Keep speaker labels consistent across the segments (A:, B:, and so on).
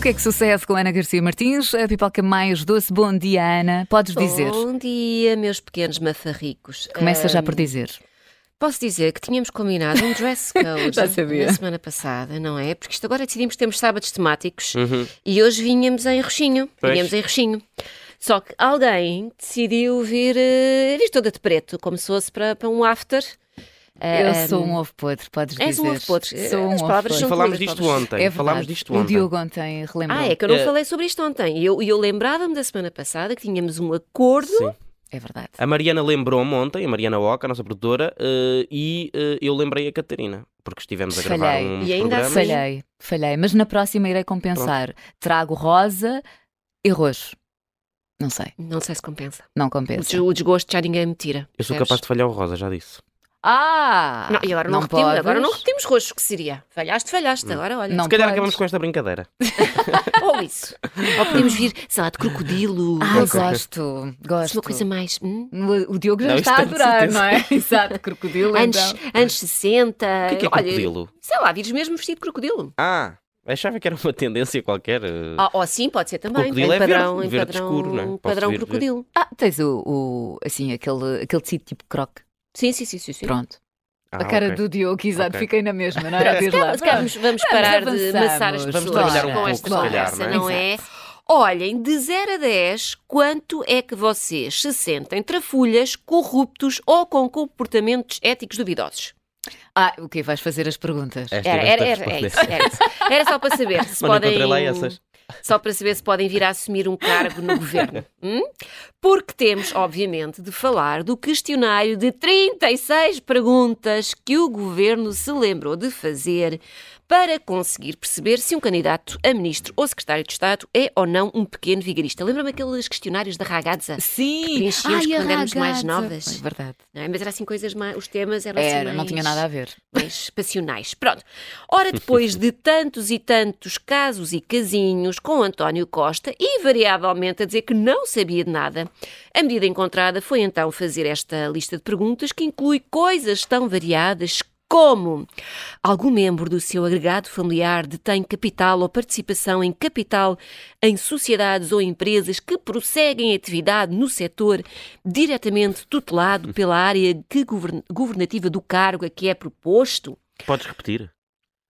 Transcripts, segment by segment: A: que é que sucede com Ana Garcia Martins? A pipoca mais doce. Bom dia, Ana. Podes dizer.
B: Bom dia, meus pequenos mafarricos.
A: Começa já por
B: Ahm,
A: dizer.
B: Posso dizer que tínhamos combinado um dress code
A: Já sabia.
B: na semana passada, não é? Porque isto agora decidimos que temos sábados temáticos
A: Uhum.
B: e hoje vinhamos em roxinho.
C: Pois.
B: Vinhamos em roxinho. Só que alguém decidiu vir, eh, vir toda de preto, como se fosse para, para um after.
A: Eu sou um ovo podre, podes dizer.
B: és um ovo podre.
A: Sou um ovo
B: As palavras
A: podre.
B: são
C: Falámos
B: duras,
C: disto
B: Paulo.
C: ontem.
A: É
C: falámos
A: verdade.
C: disto
A: O
C: ontem.
A: Diogo ontem relembrou.
B: Ah, é que eu não
C: Eh,
B: falei sobre isto ontem. E eu, e eu lembrava-me da semana passada que tínhamos um acordo.
C: Sim.
A: É verdade.
C: A Mariana lembrou-me ontem, a Mariana Oca, a nossa produtora, eh, e eh, eu lembrei a Catarina, porque estivemos a gravar
A: Falhei.
C: um
B: E ainda
C: programa.
B: assim-
A: Falhei, falhei. Mas na próxima irei compensar. Trago rosa e roxo. Não sei,
B: Não sei se compensa.
A: não
B: O
A: compensa.
B: des- O desgosto já ninguém me tira.
C: Eu sou
B: percebes?
C: capaz de falhar o Rosa, já disse.
A: Ah!
B: Não, e agora não, repetimos,
A: podes?
B: agora não repetimos roxo, que seria? Falhaste, falhaste, agora olha.
A: Não
C: Se calhar
A: podes.
C: acabamos com esta brincadeira.
B: Ou isso. Ou podemos vir, sei lá, de crocodilo.
A: Ah,
B: Ou se-
A: gosto, gosto.
B: se uma coisa mais. hum?
A: O Diogo já
C: Não,
A: está a
C: isto é de
A: adorar,
C: certeza.
A: não é? Exato, crocodilo,
B: Anos,
A: então.
B: anos 60.
C: O que é, que é
B: olha,
C: crocodilo?
B: Sei lá, vires mesmo vestido de crocodilo.
C: Ah, achava que era uma tendência qualquer. eh.
B: Ou sim, pode ser também.
C: Crocodilo
B: em
C: é verde,
B: padrão, em
C: verde
B: padrão,
C: escuro, não é? Posso
B: padrão
C: vir-
B: crocodilo.
A: Ah, tens o, o- assim, aquele, aquele tecido tipo croque.
B: Sim, sim, sim, sim. sim.
A: Pronto.
C: Ah,
A: a cara
C: ok.
A: do Diogo, exato,
C: Ok.
A: fiquei na mesma, não é? Diz lá.
B: Se calhar vamos, vamos
A: Vamos,
B: parar de
A: avançamos.
B: amassar as
A: Vamos
B: pessoas
C: trabalhar um
B: com
C: pouco,
B: esta
C: se calhar,
B: conversa,
C: não
B: não
C: é?
B: é? Olhem, de 0 a 10, quanto é que vocês se sentem trafulhas, corruptos ou com comportamentos éticos duvidosos?
A: Ah, o que vais fazer as perguntas?
C: Esta
B: Era,
C: eu gosto
B: era,
C: de
B: era, é
C: responder.
B: isso, era, isso. Era só para saber se
C: Mas não encontrei
B: podem.
C: lá essas.
B: Só para saber se podem vir a assumir um cargo no governo. hum? Porque temos, obviamente, de falar do questionário de 36 perguntas que o governo se lembrou de fazer para conseguir perceber se um candidato a ministro ou secretário de Estado é ou não um pequeno vigarista. Lembra-me aqueles questionários da Ragazza?
A: Sim!
B: Preenchíamos
A: Ai,
B: quando éramos
A: arragazza.
B: mais novas.
A: É verdade.
B: Não é? Mas era assim coisas mais. Os temas eram assim.
A: Era, não
B: mais-
A: tinha nada a ver.
B: mais passionais. Pronto. Ora, depois de tantos e tantos casos e casinhos com António Costa, invariavelmente a dizer que não sabia de nada, a medida encontrada foi então fazer esta lista de perguntas que inclui coisas tão variadas como algum membro do seu agregado familiar detém capital ou participação em capital em sociedades ou empresas que prosseguem atividade no setor diretamente tutelado pela área que govern- governativa do cargo a que é proposto?
C: Podes repetir?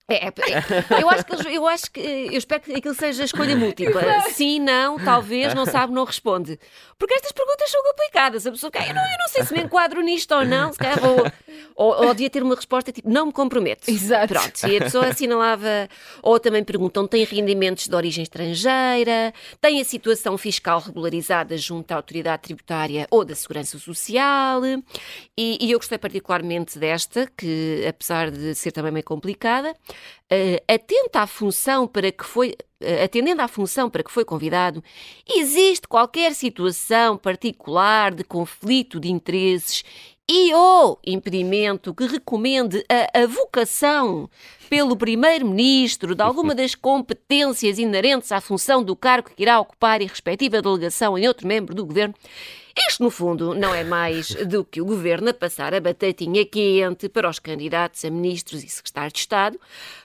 B: É, é, é, eu acho que eles- eu acho que eu espero que aquilo seja escolha múltipla. Sim, não, talvez, não sabe, não responde. Porque estas perguntas são complicadas. A pessoa que eu não, eu não sei se me enquadro nisto ou não, se calhar vou. Ou, ou devia ter uma resposta tipo, não me comprometo.
A: Exato.
B: Pronto. E a pessoa assinalava, ou também perguntam: tem rendimentos de origem estrangeira, tem a situação fiscal regularizada junto à autoridade tributária ou da segurança social. E, e eu gostei particularmente desta, que apesar de ser também meio complicada, eh, atenta à função para que foi. eh, Atendendo à função para que foi convidado, existe qualquer situação particular de conflito de interesses e ou impedimento que recomende a avocação pelo Primeiro-Ministro de alguma das competências inerentes à função do cargo que irá ocupar e respectiva delegação em outro membro do Governo. Isto, no fundo, não é mais do que o Governo a passar a batatinha quente para os candidatos a ministros e secretários de Estado,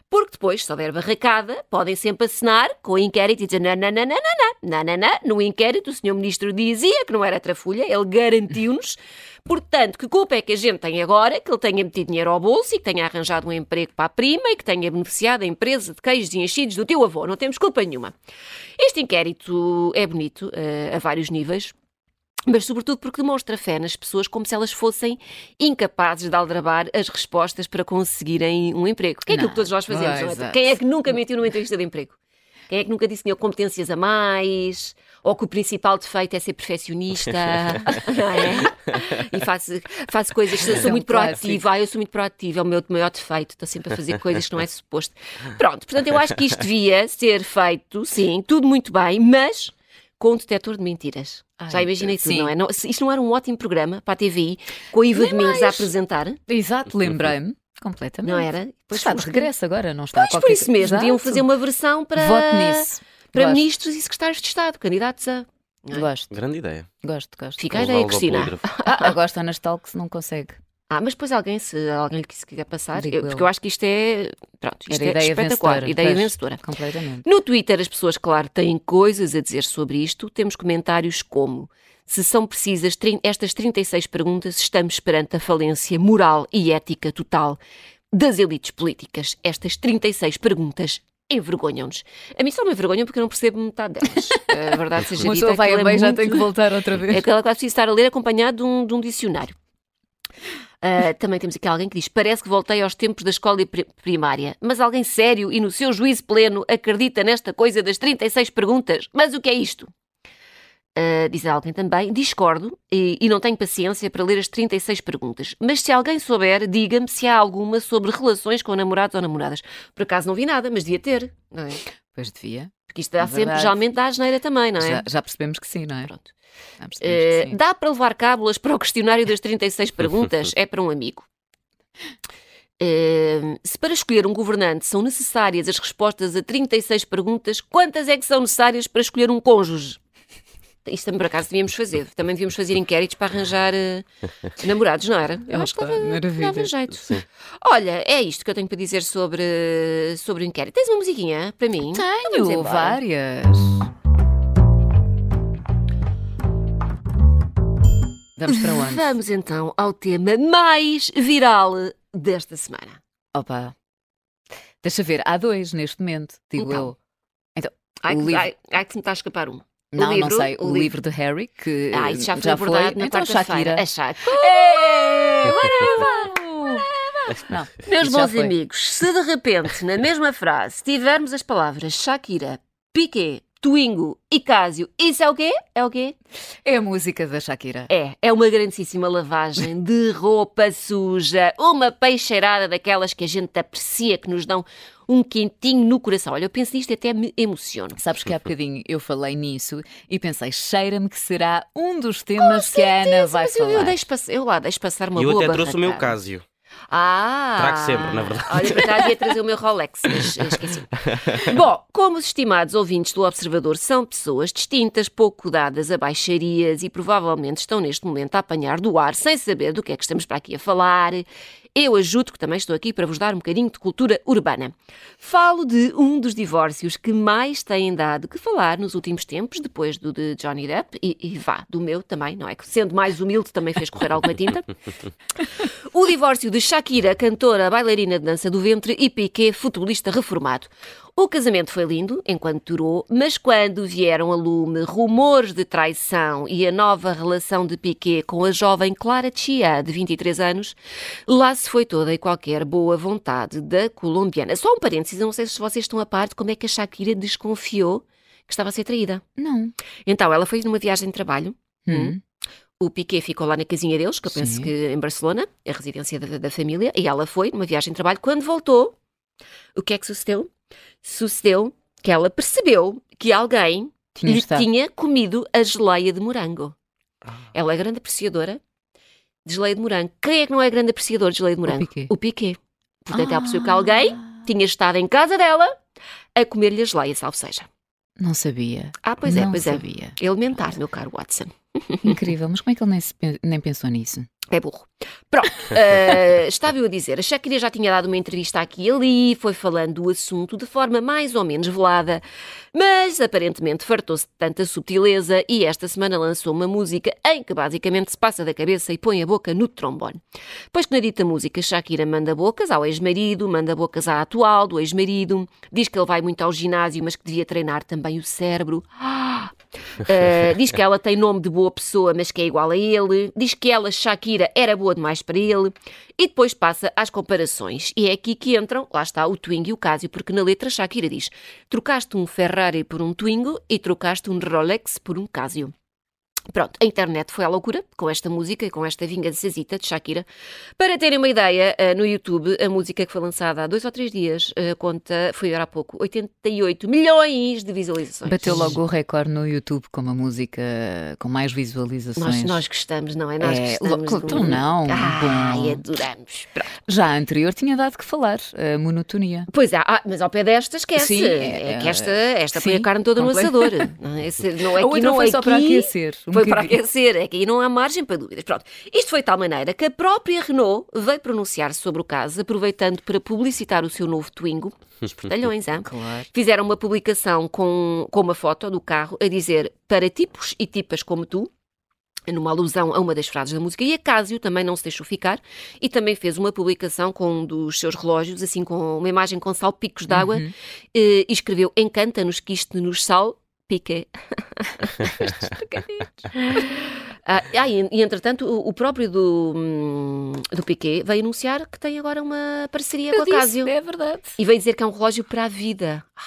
B: porque depois, se houver barracada, podem sempre assinar com o inquérito e dizer não, não, não, não, não, não, não, não. No inquérito, o senhor ministro dizia que não era trafulha, ele garantiu-nos. Portanto, que culpa é que a gente tem agora que ele tenha metido dinheiro ao bolso e que tenha arranjado um emprego para a prima e que tenha beneficiado a empresa de queijos e enchidos do teu avô? Não temos culpa nenhuma. Este inquérito é bonito eh, a vários níveis. Mas, sobretudo, porque demonstra fé nas pessoas como se elas fossem incapazes de aldrabar as respostas para conseguirem um emprego. Que é aquilo
A: Não,
B: que todos nós fazemos,
A: não é
B: não é?
A: exato.
B: Quem é que nunca mentiu numa entrevista de emprego? Quem é que nunca disse que tinha competências a mais? Ou que o principal defeito é ser perfeccionista? não é? E faço, faço coisas,
A: Isso
B: eu
A: é
B: sou
A: um
B: muito
A: clássico.
B: proativa, ah, eu sou muito proativa, é o meu maior defeito, estou sempre a fazer coisas que não é suposto. Pronto, portanto, eu acho que isto devia ser feito, sim, tudo muito bem, mas com um detetor de mentiras.
A: Ai,
B: Já imaginei tudo,
A: sim.
B: não é? Não, se isto não era um ótimo programa para a TVI, com a Iva Domingos a apresentar,
A: Exato, lembrei-me completamente.
B: não era? Pois
A: está de
B: fomos-
A: regresso agora, não está?
B: Pois por isso mesmo, deviam fazer uma versão para,
A: Voto nisso.
B: para
A: Gosto.
B: ministros e secretários de Estado, candidatos a. Não é?
A: Gosto,
C: Grande ideia.
A: gosto, gosto.
B: Fica a
C: Vou
B: ideia,
C: usá-lo ao
B: Cristina.
C: polígrafo.
A: Ah, agora está nas tal que se não consegue.
B: Ah, mas depois alguém, se alguém lhe- se quiser passar,
A: Digo
B: eu- porque eu acho que isto é, pronto, isto
A: Era
B: é
A: ideia
B: espetacular,
A: vencedora,
B: ideia
A: pois.
B: vencedora.
A: É, Completamente.
B: No Twitter, as pessoas, claro, têm coisas a dizer sobre isto. Temos comentários como: se são precisas trin- estas 36 perguntas, estamos perante a falência moral e ética total das elites políticas. Estas 36 perguntas envergonham-nos. A mim só me envergonham porque eu não percebo metade delas. A verdade seja
A: Uma
B: dita,
A: pessoa vai a
B: aquilo é
A: meio já
B: muito-
A: tem que voltar outra vez.
B: é aquela que preciso estar a ler acompanhado de um, de um dicionário. Ah, também temos aqui alguém que diz: Parece que voltei aos tempos da escola pri- primária, mas alguém sério e no seu juízo pleno acredita nesta coisa das 36 perguntas. Mas o que é isto? Ah, diz alguém também: Discordo e, e não tenho paciência para ler as 36 perguntas, mas se alguém souber, diga-me se há alguma sobre relações com namorados ou namoradas. Por acaso não vi nada, mas devia ter, não é?
A: Pois devia.
B: Porque isto dá
A: É
B: sempre,
A: verdade.
B: geralmente dá asneira também, não é?
A: Já, já percebemos que sim, não é?
B: Pronto.
A: Já percebemos
B: Eh,
A: que sim.
B: dá para levar cábulas para o questionário das 36 perguntas? é para um amigo. Eh, se para escolher um governante são necessárias as respostas a 36 perguntas, quantas é que são necessárias para escolher um cônjuge? Isto também por acaso devíamos fazer. Também devíamos fazer inquéritos para arranjar eh, namorados, não era? Eu acho que é
A: Opa,
B: dava,
A: maravilha.
B: dava jeito.
C: Sim.
B: Olha, é isto que eu tenho para dizer sobre, sobre o inquérito. Tens uma musiquinha para mim? Então vamos
A: Tenho
B: embora.
A: várias. Vamos para onde?
B: Vamos então ao tema mais viral desta semana.
A: Opa. Deixa ver, há dois neste momento, digo
B: Então.
A: eu.
B: Ai,
A: O
B: que,
A: livro-
B: ai, ai que me está a escapar um.
A: Não,
B: livro,
A: não sei.
B: o
A: O,
B: livro.
A: livro de Harry, que
B: Ah,
A: eh,
B: isso já foi
A: já foi.
B: abordado na
A: então,
B: quarta-feira. É
A: Shakira.
B: A Shakira.
A: Não,
B: Meus
A: isso já
B: bons
A: foi.
B: amigos, se de repente, na mesma frase, tivermos as palavras Shakira, Piqué, Twingo e Cásio, isso é o quê? É o quê?
A: É a música da Shakira.
B: É, é uma grandíssima lavagem de roupa suja, uma peixeirada daquelas que a gente aprecia, que nos dão um quentinho no coração. Olha, eu penso nisto e até me emociono.
A: Sabes que há bocadinho eu falei nisso e pensei, cheira-me que será um dos temas que a Ana vai
B: Mas eu, eu,
A: falar.
B: deixo pass- eu lá deixo passar uma
C: E eu
B: boa
C: até trouxe o meu
B: barracada.
C: Casio.
B: Ah!
C: Trago sempre, na verdade.
B: Olha, por acaso ia trazer o meu Rolex, mas esqueci. Bom, como os estimados ouvintes do Observador são pessoas distintas, pouco dadas a baixarias e provavelmente estão neste momento a apanhar do ar sem saber do que é que estamos para aqui a falar, eu ajudo que também estou aqui para vos dar um bocadinho de cultura urbana. Falo de um dos divórcios que mais têm dado que falar nos últimos tempos, depois do de Johnny Depp, e, e vá, do meu também, não é? Que sendo mais humilde também fez correr alguma tinta. O divórcio de Shakira, cantora, bailarina de dança do ventre, e Piqué, futebolista reformado. O casamento foi lindo, enquanto durou, mas quando vieram a lume rumores de traição e a nova relação de Piqué com a jovem Clara Chia, de 23 anos, lá se foi toda e qualquer boa vontade da colombiana. Só um parênteses, eu não sei se vocês estão a par de como é que a Shakira desconfiou que estava a ser traída.
A: Não.
B: Então, ela foi numa viagem de trabalho
A: Hum.
B: o Piqué ficou lá na casinha deles, que eu penso
A: Sim.
B: que em Barcelona, a residência da, da família, e ela foi numa viagem de trabalho. Quando voltou, o que é que sucedeu? Sucedeu que ela percebeu que alguém
A: Tinha
B: lhe
A: estado.
B: tinha comido a geleia de morango.
A: Ah.
B: Ela é grande apreciadora de geleia de morango. Quem é que não é grande apreciador de geleia de morango?
A: Piqué.
B: O Piqué. Portanto, ela percebeu que
A: Ah,
B: alguém tinha estado em casa dela a comer-lhe a geleia, salvo seja.
A: Não sabia.
B: Ah, pois é,
A: não
B: pois é.
A: sabia.
B: Elementar, meu caro Watson.
A: Incrível, mas como é que ele nem, se pen- nem pensou nisso?
B: É burro. Pronto, eh, estava eu a dizer, a Shakira já tinha dado uma entrevista aqui e ali, foi falando do assunto de forma mais ou menos velada, mas aparentemente fartou-se de tanta subtileza e esta semana lançou uma música em que basicamente se passa da cabeça e põe a boca no trombone. Pois que na dita música, Shakira manda bocas ao ex-marido, manda bocas à atual do ex-marido, diz que ele vai muito ao ginásio, mas que devia treinar também o cérebro. Ah, Uh, diz que ela tem nome de boa pessoa, mas que é igual a ele. Diz que ela, Shakira, era boa demais para ele. E depois passa às comparações. E é aqui que entram, lá está, o Twingo e o Casio, porque na letra Shakira diz: trocaste um Ferrari por um Twingo e trocaste um Rolex por um Casio. Pronto, a internet foi à loucura com esta música e com esta vingançazita de Shakira. Para terem uma ideia, eh, no YouTube, a música que foi lançada há dois ou três dias eh, conta, foi agora há pouco, 88 milhões de visualizações.
A: Bateu logo o recorde no YouTube como a música com mais visualizações.
B: Nós, nós gostamos, não é? Nós
A: É,
B: gostamos.
A: lo-
B: de
A: tu não,
B: Ai,
A: bom.
B: adoramos. Pronto.
A: Já a anterior tinha dado que falar, a monotonia.
B: Pois há, ah, mas ao pé desta esquece.
A: Sim,
B: é,
A: é,
B: que esta, esta foi a
A: sim,
B: carne toda no
A: comple-
B: assador. Não é? Esse- não é
A: a
B: aqui,
A: outra
B: não
A: foi
B: é
A: só para
B: aqui.
A: aquecer. um
B: foi para
A: bocadinho.
B: aquecer, é que aí não há margem para dúvidas. Pronto, isto foi de tal maneira que a própria Renault veio pronunciar sobre o caso, aproveitando para publicitar o seu novo Twingo, os portalhões, hã?
A: Claro.
B: Fizeram uma publicação com, com uma foto do carro a dizer para tipos e tipas como tu, numa alusão a uma das frases da música, e a Casio também não se deixou ficar e também fez uma publicação com um dos seus relógios, assim com uma imagem com salpicos de água,
A: Uhum.
B: eh, e escreveu Encanta-nos que isto nos sal pique. Estes trocadilhos. Ah, ah, e, e, entretanto, o, o próprio do, hum, do Piquet veio anunciar que tem agora uma parceria
A: Eu
B: com a
A: disse,
B: Casio.
A: é verdade.
B: E veio dizer que é um relógio para a vida. Ah,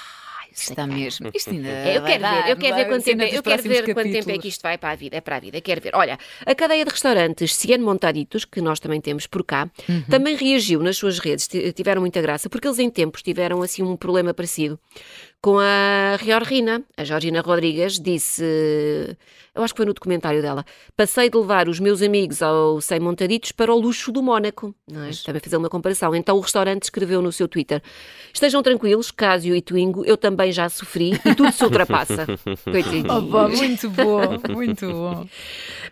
B: isso é
A: Está
B: que-
A: mesmo. Isto ainda.
B: É, Eu
A: vai
B: quero ver, eu
A: dar,
B: quero
A: vai
B: ver quanto
A: ser
B: tempo,
A: num
B: é-
A: dos
B: eu quero
A: próximos
B: ver quanto tempo é que
A: capítulos.
B: isto vai para a vida, é para a vida, quero ver. Olha, a cadeia de restaurantes Ciano Montaditos, que nós também temos por cá, também reagiu nas suas redes, ti- tiveram muita graça, porque eles em tempos tiveram assim um problema parecido com a Riorrina. A Georgina Rodrigues disse, eu acho que foi no documentário dela, passei de levar os meus amigos ao Sem Montaditos para o luxo do Mónaco. Não é? Também fazer uma comparação. Então o restaurante escreveu no seu Twitter, estejam tranquilos, Cásio e Twingo, eu também já sofri e tudo se ultrapassa. Coitadinhos.
A: Oh, pá, muito bom, muito bom.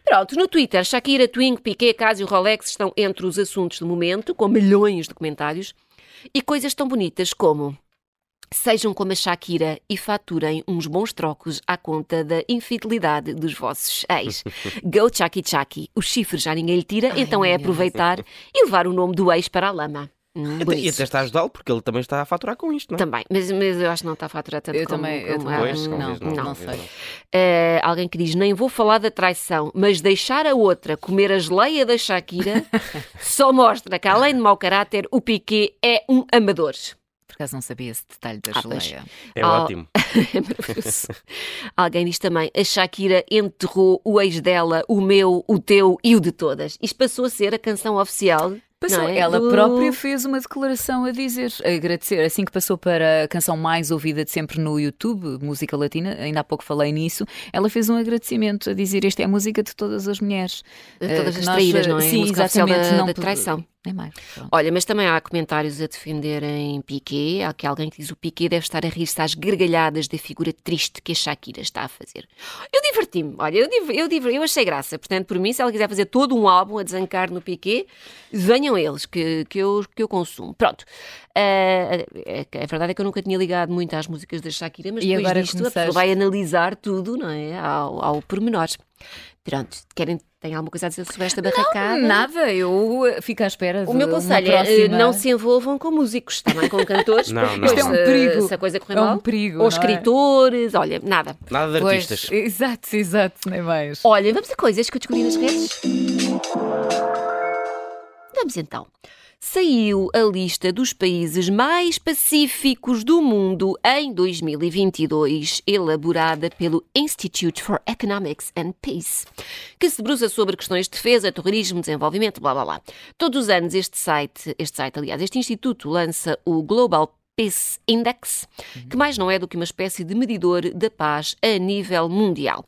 B: Pronto, no Twitter, Shakira, Twink, Piquet, Casio, Rolex estão entre os assuntos do momento, com milhões de comentários, e coisas tão bonitas como sejam como a Shakira e faturem uns bons trocos à conta da infidelidade dos vossos ex. Go Chaki Chaki, o chifre já ninguém lhe tira,
A: Ai, Então,
B: então é
A: minha
B: aproveitar e levar o nome do ex para a lama. Hum,
C: Até- E
B: bonito.
C: até está a ajudá-lo, porque ele também está a faturar com isto, não é?
B: Também, mas, mas eu acho que não está a faturar tanto
A: Eu
B: como,
A: também, eu
B: como
A: também
B: ela.
A: acho que
B: Hum,
A: talvez
B: não,
A: não sei.
B: Uh, alguém que diz: Nem vou falar da traição, mas deixar a outra comer a geleia da Shakira só mostra que, além de mau caráter, o Piquet é um amador.
A: Por acaso não sabia esse detalhe da
B: Ah, pois.
A: geleia.
C: É
B: Ah,
C: ótimo.
B: É maravilhoso. alguém diz também: A Shakira enterrou o ex dela, o meu, o teu e o de todas. Isto passou a ser a canção oficial.
A: Passou,
B: não é?
A: Ela
B: Do-
A: própria fez uma declaração a dizer, a agradecer, assim que passou para a canção mais ouvida de sempre no YouTube, música latina, ainda há pouco falei nisso, ela fez um agradecimento a dizer esta é a música de todas as mulheres.
B: De todas
A: Eh,
B: as
A: nós,
B: traídas, não é?
A: Sim,
B: A música oficial
A: exatamente.
B: da-
A: não
B: da
A: pod-
B: traição.
A: Nem mais. pronto.
B: Olha, mas também há comentários a defenderem Piquet. Há aqui alguém que diz o Piquet deve estar a rir-se às gargalhadas da figura triste que a Shakira está a fazer. Eu diverti-me, olha, eu, div- eu, div- eu achei graça. Portanto, por mim, se ela quiser fazer todo um álbum a desancar no Piquet, venham eles, que, que, eu, que eu consumo. Pronto. Ah, a, a verdade é que eu nunca tinha ligado muito às músicas da Shakira, mas
A: E
B: depois
A: agora
B: disto a
A: começaste.
B: pessoa vai analisar tudo, não é? Ao, ao pormenor. Pronto, querem, têm alguma coisa a dizer sobre esta barracada?
A: Nada, eu eh, fico à espera de
B: Ah, O meu
A: uma
B: conselho é eh,
A: próxima-
B: não se envolvam com músicos, também com cantores,
C: Não,
B: porque
C: não,
B: depois,
C: não. Isto
A: é um
B: eh,
A: perigo.
B: se a coisa correr
A: É um
B: mal,
A: perigo,
B: ou
A: não é?
B: escritores, olha, nada.
C: Nada de
A: Pois,
C: artistas.
A: Exato, exato, nem mais.
B: Olha, vamos a coisas que eu descobri nas redes. Vamos então. Saiu a lista dos países mais pacíficos do mundo em 2022, elaborada pelo Institute for Economics and Peace, que se debruça sobre questões de defesa, terrorismo, desenvolvimento, blá blá blá. Todos os anos este site, este site, aliás, este instituto lança o Global Peace Index, que mais não é do que uma espécie de medidor da paz a nível mundial.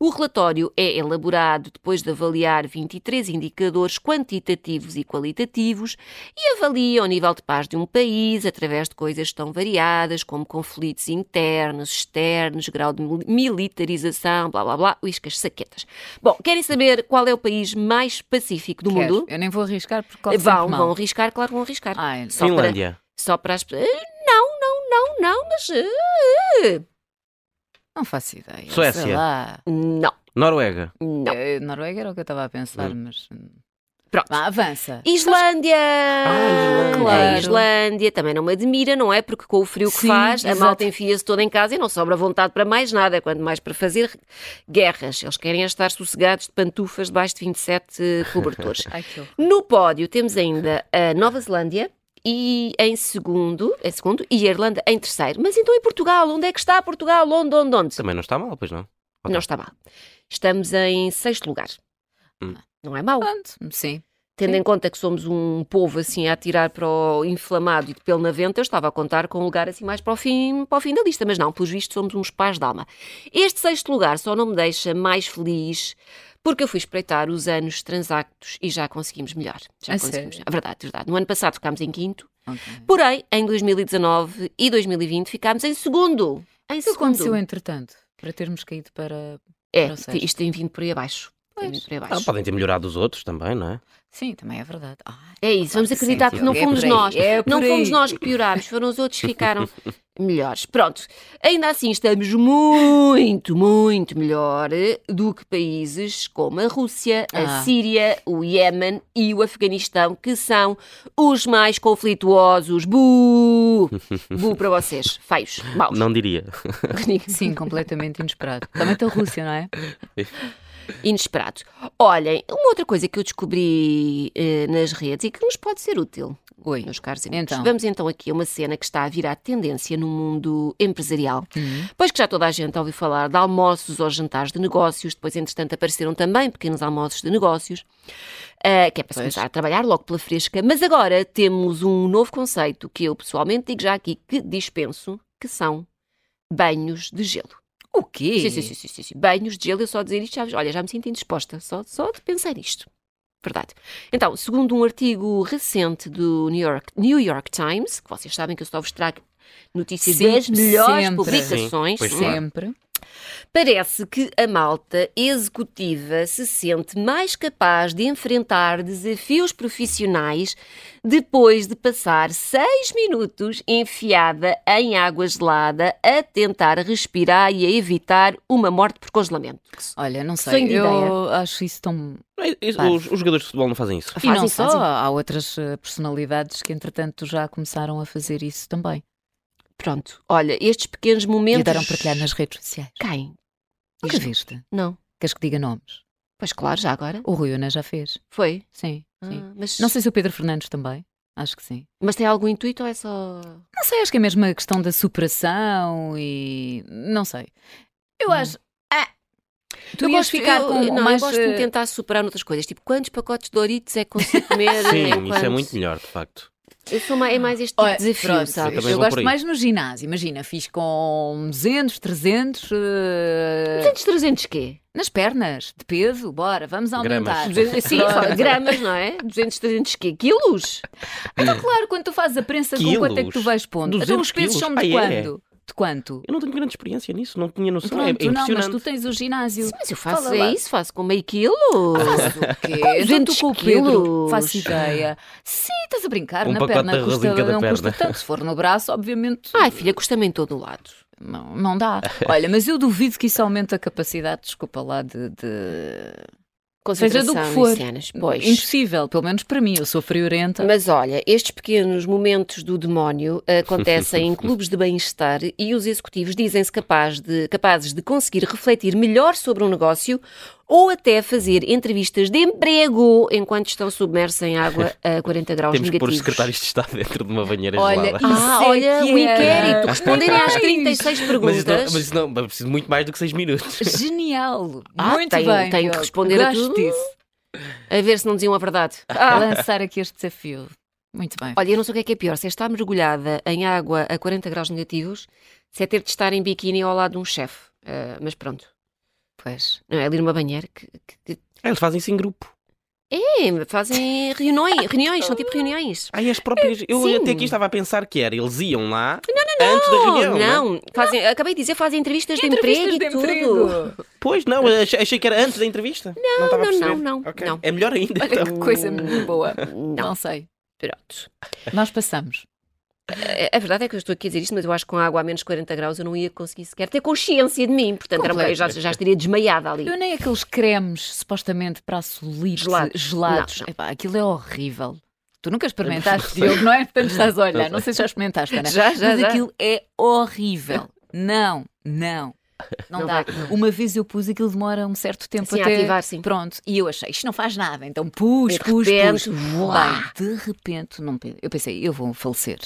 B: O relatório é elaborado depois de avaliar 23 indicadores quantitativos e qualitativos e avalia o nível de paz de um país através de coisas tão variadas como conflitos internos, externos, grau de mil- militarização, blá blá blá, uíscas, saquetas. Bom, querem saber qual é o país mais pacífico do
A: Quero.
B: mundo? Eh,
A: Eu nem vou arriscar porque corre
B: Vão,
A: sempre mal.
B: vão arriscar, claro que vão arriscar.
A: Ai,
B: Só para-
C: Finlândia.
B: só para as pessoas. Não, não, não, não, mas. eh,
A: não faço ideia.
C: Suécia.
A: Sei lá.
B: Não,
C: Noruega.
B: não. Hum.
A: Eh, Noruega era o que eu estava a pensar, mas.
B: Pronto.
A: Vá, avança.
B: Islândia!
C: Ah, Islândia.
B: A
A: Claro.
B: Islândia também não me admira, não é? Porque com o frio que
A: Sim,
B: faz,
A: exato.
B: a malta enfia-se toda em casa e não sobra vontade para mais nada, quanto mais para fazer guerras. Eles querem é estar sossegados de pantufas debaixo de 27 cobertores.
A: Ai, que horror.
B: No pódio temos ainda a Nova Zelândia e em segundo, em segundo e a Irlanda em terceiro. Mas então e Portugal? Onde é que está Portugal? Onde, onde, onde?
C: Também não está mal, pois não? Ok.
B: Não está mal. Estamos em sexto lugar.
C: Hum.
B: Não é mau.
A: Pronto, sim.
B: Tendo
A: sim.
B: em conta que somos um povo assim a atirar para o inflamado e de pelo na venta, eu estava a contar com um lugar assim mais para o fim, para o fim da lista, mas não, pelos vistos somos uns pais de alma. Este sexto lugar só não me deixa mais feliz porque eu fui espreitar os anos transactos e já conseguimos melhor. Já
A: A
B: conseguimos.
A: sério?
B: melhor. É Verdade, verdade. No ano passado ficámos em quinto,
A: Ok.
B: porém em 2019 e 2020 ficámos em segundo. Em
A: O que
B: segundo.
A: aconteceu entretanto? Para termos caído para.
B: É,
A: Ou seja-
B: isto tem vindo por aí abaixo. Tem
A: Pois.
B: vindo por aí
C: Ah,
B: abaixo.
C: podem ter melhorado os outros também, não é?
A: Sim, também é verdade. Ah,
B: É isso, vamos
A: Sim,
B: acreditar que não
A: é
B: fomos
A: por aí,
B: nós.
A: é por
B: não
A: aí.
B: fomos nós que piorámos, foram os outros que ficaram melhores. Pronto, ainda assim estamos muito, muito melhor do que países como a Rússia, a
A: Ah.
B: Síria, o Iémen e o Afeganistão, que são os mais conflituosos. Bu! Bu para vocês, feios, maus.
C: Não diria.
A: Sim, completamente inesperado. Também da Rússia, não é?
B: Inesperado. Olhem, uma outra coisa que eu descobri eh, nas redes e que nos pode ser útil.
A: Oi.
B: meus caros amigos.
A: Então.
B: Vamos então aqui a uma cena que está a virar tendência no mundo empresarial.
A: Uhum.
B: Pois que já toda a gente ouviu falar de almoços ou jantares de negócios, depois entretanto apareceram também pequenos almoços de negócios, ah, que é para se
A: Pois.
B: começar a trabalhar logo pela fresca. Mas agora temos um novo conceito que eu pessoalmente digo já aqui que dispenso, que são banhos de gelo.
A: O quê?
B: Sim, sim, sim, sim, sim, sim. Banhos de gelo, eu só dizer isto, já, olha, já me sinto indisposta, só, só de pensar nisto. Verdade. Então, segundo um artigo recente do New York, New York Times, que vocês sabem que eu só vos trago notícias
A: Sempre,
B: das melhores
A: sempre.
B: publicações,
C: Sim, pois
B: hum,
C: claro.
A: Sempre.
B: parece que a malta executiva se sente mais capaz de enfrentar desafios profissionais depois de passar seis minutos enfiada em água gelada a tentar respirar e a evitar uma morte por congelamento.
A: Olha, não sei.
B: Sem de
A: eu
B: ideia.
A: acho isso tão.
C: Isso-
A: Pá.
C: Os, os jogadores de futebol não fazem isso.
A: e
B: Fazem,
A: não só,
B: fazem.
A: há outras eh, personalidades que, entretanto, já começaram a fazer isso também.
B: Pronto, olha, estes pequenos momentos.
A: E deram partilhar nas redes sociais.
B: Quem?
A: Nunca viste?
B: Não.
A: Queres que diga nomes?
B: Pois claro, já agora.
A: O Rui Ana já fez.
B: Foi.
A: Sim, sim.
B: Ah, mas,
A: Não sei se o Pedro Fernandes também. Acho que sim.
B: mas tem algum intuito ou é só.
A: Não sei, acho que é mesmo a questão da superação e. Não sei. Eu
B: Hum.
A: acho. Ah! Tu
B: eu
A: ias
B: gosto,
A: ficar
B: eu-
A: com
B: não, eu
A: mais.
B: gosto de
A: eh,
B: tentar superar outras coisas. Tipo, quantos pacotes de Doritos é que consigo comer?
C: Sim,
B: em
C: isso é
B: quanto?
C: muito melhor, de facto.
B: Eu sou mais, é mais este tipo
A: Olha,
B: de desafio,
A: pronto,
B: sabes?
C: também
A: Eu
C: vou por
A: gosto
C: aí.
A: mais no ginásio. Imagina, fiz com 200, 300. eh,
B: 200, 300 quê?
A: nas pernas, de peso. Bora, vamos aumentar. eh,
C: Gramas.
B: 200, sim, só gramas, não é? 200, 300 quê? Quilos?
A: Então, claro, quando tu fazes a prensa, com quanto é que tu
C: Quilos?
A: vais pondo? Então,
C: 200
A: os pesos são
C: quilos?
A: de
C: Ah, é?
A: quando? De quanto?
C: Eu não tenho grande experiência nisso, não tinha noção. é
A: Pronto, não,
C: impressionante.
A: mas tu tens o ginásio.
B: Mas eu faço
A: Fala
B: é
A: lá.
B: isso, faço com meio quilo.
A: Faço o quê? Então, tu
B: 200
A: com o Pedro,
B: quilos.
A: faço ideia. Sim, estás a brincar,
C: Um
A: na
C: pacote de
A: perna
C: arroz em
A: custa,
C: cada
A: não custa
C: perna.
A: tanto. Se for no braço, obviamente,
B: Ai, filha, custa-me em todo o lado.
A: não, não dá. Olha, mas eu duvido que isso aumente a capacidade, desculpa lá, de... de- Seja do que
B: Concentração e
A: for.
B: cenas, Pois.
A: Impossível, pelo menos para mim, eu sou
C: Tá.
A: friorenta.
B: Mas olha, estes pequenos momentos do demónio eh, acontecem em clubes de bem-estar e os executivos dizem-se capaz de- capazes de conseguir refletir melhor sobre um negócio ou até fazer entrevistas de emprego enquanto estão submersos em água a 40 graus
C: Temos que pôr os
B: negativos.
C: secretários de Estado dentro de uma banheira
A: Olha,
C: gelada.
A: isso
B: ah,
A: é
B: olha,
A: que é.
B: o
A: era.
B: inquérito, responderem às 36
C: Mas isso, não,
B: perguntas.
C: mas isso não, mas preciso muito mais do que 6 minutos.
A: Genial!
B: Ah,
A: Muito
B: tenho-
A: bem.
B: tenho que
A: Diogo.
B: responder a
A: Gosto
B: tudo.
A: disso.
B: A ver se não diziam a verdade. Ah,
A: Lançar aqui este desafio. Muito bem.
B: Olha, eu não sei o que é que é pior, se é estar mergulhada em água a 40 graus negativos, se é ter de estar em biquíni ao lado de um chefe. Ah, mas pronto,
A: Pois.
B: não é ali numa banheira que, que- que-
C: Ah, eles fazem isso em grupo.
B: É, fazem reuniões, reuniões, são tipo reuniões.
C: Ah, e as próprias. Eu
B: Sim.
C: até aqui estava a pensar que era. Eles iam lá antes da reunião. é?
B: não, fazem, acabei de dizer, fazem entrevistas, de emprego e tudo.
C: Pois não, achei, achei que era antes da entrevista. Não, estava
B: não,
C: a perceber.
B: não, não,
C: Ok.
B: não.
C: É melhor ainda.
A: Olha
C: então.
A: que coisa muito boa. Não.
B: Não,
A: sei.
B: pronto.
A: Nós passamos.
B: A, a verdade é que eu estou aqui a dizer isto, mas eu acho que com a água a menos 40 graus eu não ia conseguir sequer ter consciência de mim. Portanto, era uma, eu já, já estaria desmaiada ali.
A: Eu nem aqueles cremes supostamente para assolir gelados.
B: Gelados.
A: gelados.
B: Não, não.
A: Epá, aquilo é horrível. Tu nunca experimentaste, Diogo, não é? Portanto, estás a olhar. Não sei se já experimentaste, Ana.
B: Já, já,
A: Mas
B: já.
A: aquilo é horrível. Não, não. Não,
B: Não
A: dá.
B: vai, não.
A: Uma vez eu pus, aquilo demora um certo tempo
B: Sim, a
A: até
B: ativar, sim.
A: Pronto, e eu achei, isto não faz nada, então pus,
B: E de
A: pus,
B: repente,
A: pus.
B: voá.
A: Bem, de repente, não, pe- eu pensei, eu vou falecer,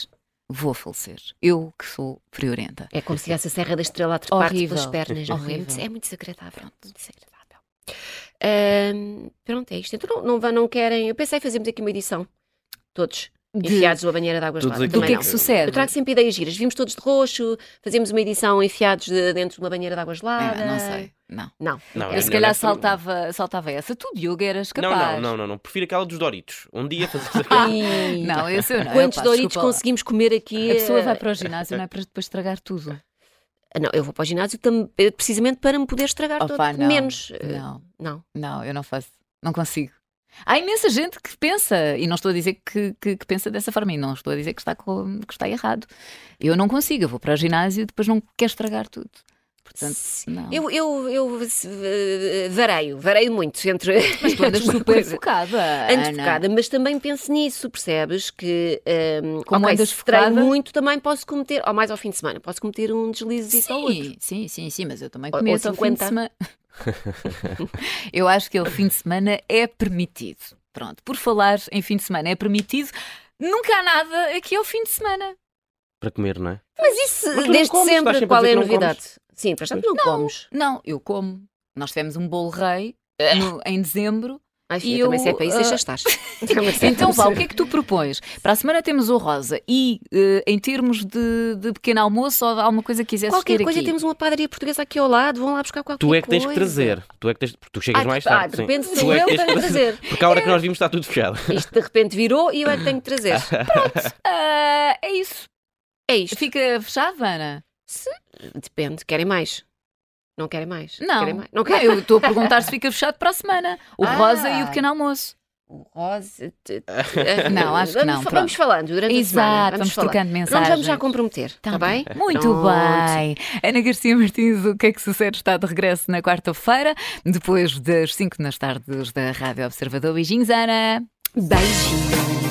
A: vou falecer. Eu que sou friorenta.
B: É como se tivesse a Serra da Estrela a trepar-te
A: Horrível.
B: pelas pernas. não é?
A: Horrível.
B: É muito- É muito desagradável. Muito desagradável. Ahm, pronto, é isto. Então não, não, vá- não querem. Eu pensei fazermos aqui uma edição. Todos.
A: De-
B: Enfiados numa banheira de águas
C: Todos
B: geladas.
C: aqui.
A: Do
B: Também
A: que é
B: não.
A: que
B: Eu
A: sucede?
B: trago sempre ideias giras. Vimos todos de roxo, fazemos uma edição enfiados de- dentro de uma banheira de águas
A: Ah,
B: geladas.
A: não sei, não.
B: Não.
C: Não, é
A: Eu é se
C: não,
A: calhar
C: não,
A: saltava, saltava essa. Tu, Diogo, eras
C: Não,
A: capaz.
C: não, não, não, não. Prefiro aquela dos Doritos. Um dia fazemos aquela.
B: E...
A: Ah, Não, esse eu não. eu
B: Quantos
A: passo,
B: Doritos
A: desculpa lá.
B: conseguimos comer aqui?
A: A pessoa
B: eh,
A: vai para o ginásio, não é para depois estragar tudo.
B: Ah, Não, eu vou para o ginásio tam- eh, precisamente para me poder estragar todo.
A: Opa, não.
B: menos. eh,
A: Não,
B: Não.
A: não, eu não faço. Não consigo. Há imensa gente que pensa, e não estou a dizer que, que- que pensa dessa forma, e não estou a dizer que está, com- que está errado. Eu não consigo, eu vou para o ginásio e depois não quero estragar tudo. Portanto, não.
B: Eu, eu, eu eh, vareio, vareio muito entre.
A: Mas tu andas
B: entre uma
A: super
B: coisa.
A: focada. é?
B: Ando
A: Ana.
B: focada, mas também penso nisso, percebes? Que hum,
A: Como
B: ok,
A: andas
B: se treino
A: focada-
B: muito, também posso cometer, ou mais ao fim de semana, posso cometer um deslize e ou outro.
A: Sim, sim, sim, sim, mas eu também
B: Ou- ou
A: cometo ao fim de
B: 50.
A: semana. eu acho que o fim de semana é permitido. Pronto, por falar em fim de semana é permitido, nunca há nada aqui ao fim de semana.
C: Para comer, não é?
B: Mas isso
C: Mas tu não
B: desde
C: comes, estás
B: sempre,
C: sempre
B: qual
C: a
B: é
C: dizer
B: a
C: que não
B: novidade? Sim, para já tu não, comes.
A: Não, eu como. Nós tivemos um bolo rei no- em dezembro.
B: Ai,
A: E
B: filha, também
A: eu,
B: se é para isso,
A: ah,
B: deixa estar. Também se é
A: Então,
B: para
A: Val, o
B: isso.
A: que é que tu propõs? Para a semana temos o rosa e eh, em termos de, de pequeno almoço ou de alguma coisa que quisesse
B: Qualquer
A: ter
B: coisa,
A: aqui?
B: temos uma padaria portuguesa aqui ao lado, vão lá buscar qualquer
C: Tu
B: coisa.
C: é que tens que trazer. Tu é que tens. Porque tu chegas
B: Ai,
C: mais
B: ah,
C: tarde.
B: de
C: sim.
B: repente
C: tu
B: sou
C: é
B: eu
C: que
B: que tenho
C: tens que
B: que
C: trazer.
B: trazer.
C: Porque a hora que nós vimos está tudo fechado.
B: Isto de repente virou e eu é que tenho que trazer.
A: Ah, é isso.
B: É isto.
A: Fica fechado, Ana?
B: Depende, querem mais? Não querem mais?
A: Não.
B: Querem mais? Não
A: Não,
B: querem?
A: eu estou a perguntar se fica fechado para a semana. O
B: Ah.
A: rosa e o pequeno almoço.
B: O rosa. te- te-
A: Não, acho que
B: vamos,
A: não,
B: fa-
A: pronto.
B: Vamos falando durante a semana.
A: Exato, vamos
B: falando.
A: trocando
B: Não
A: mensagens.
B: nos vamos já comprometer,
A: Tá
B: está bem?
A: Muito
B: Pronto.
A: bem. Ana Garcia Martins, o que é que sucede? Está de regresso na quarta-feira, depois das 5 nas tardes da Rádio Observador. Beijinhos, Ana.
B: Beijinhos.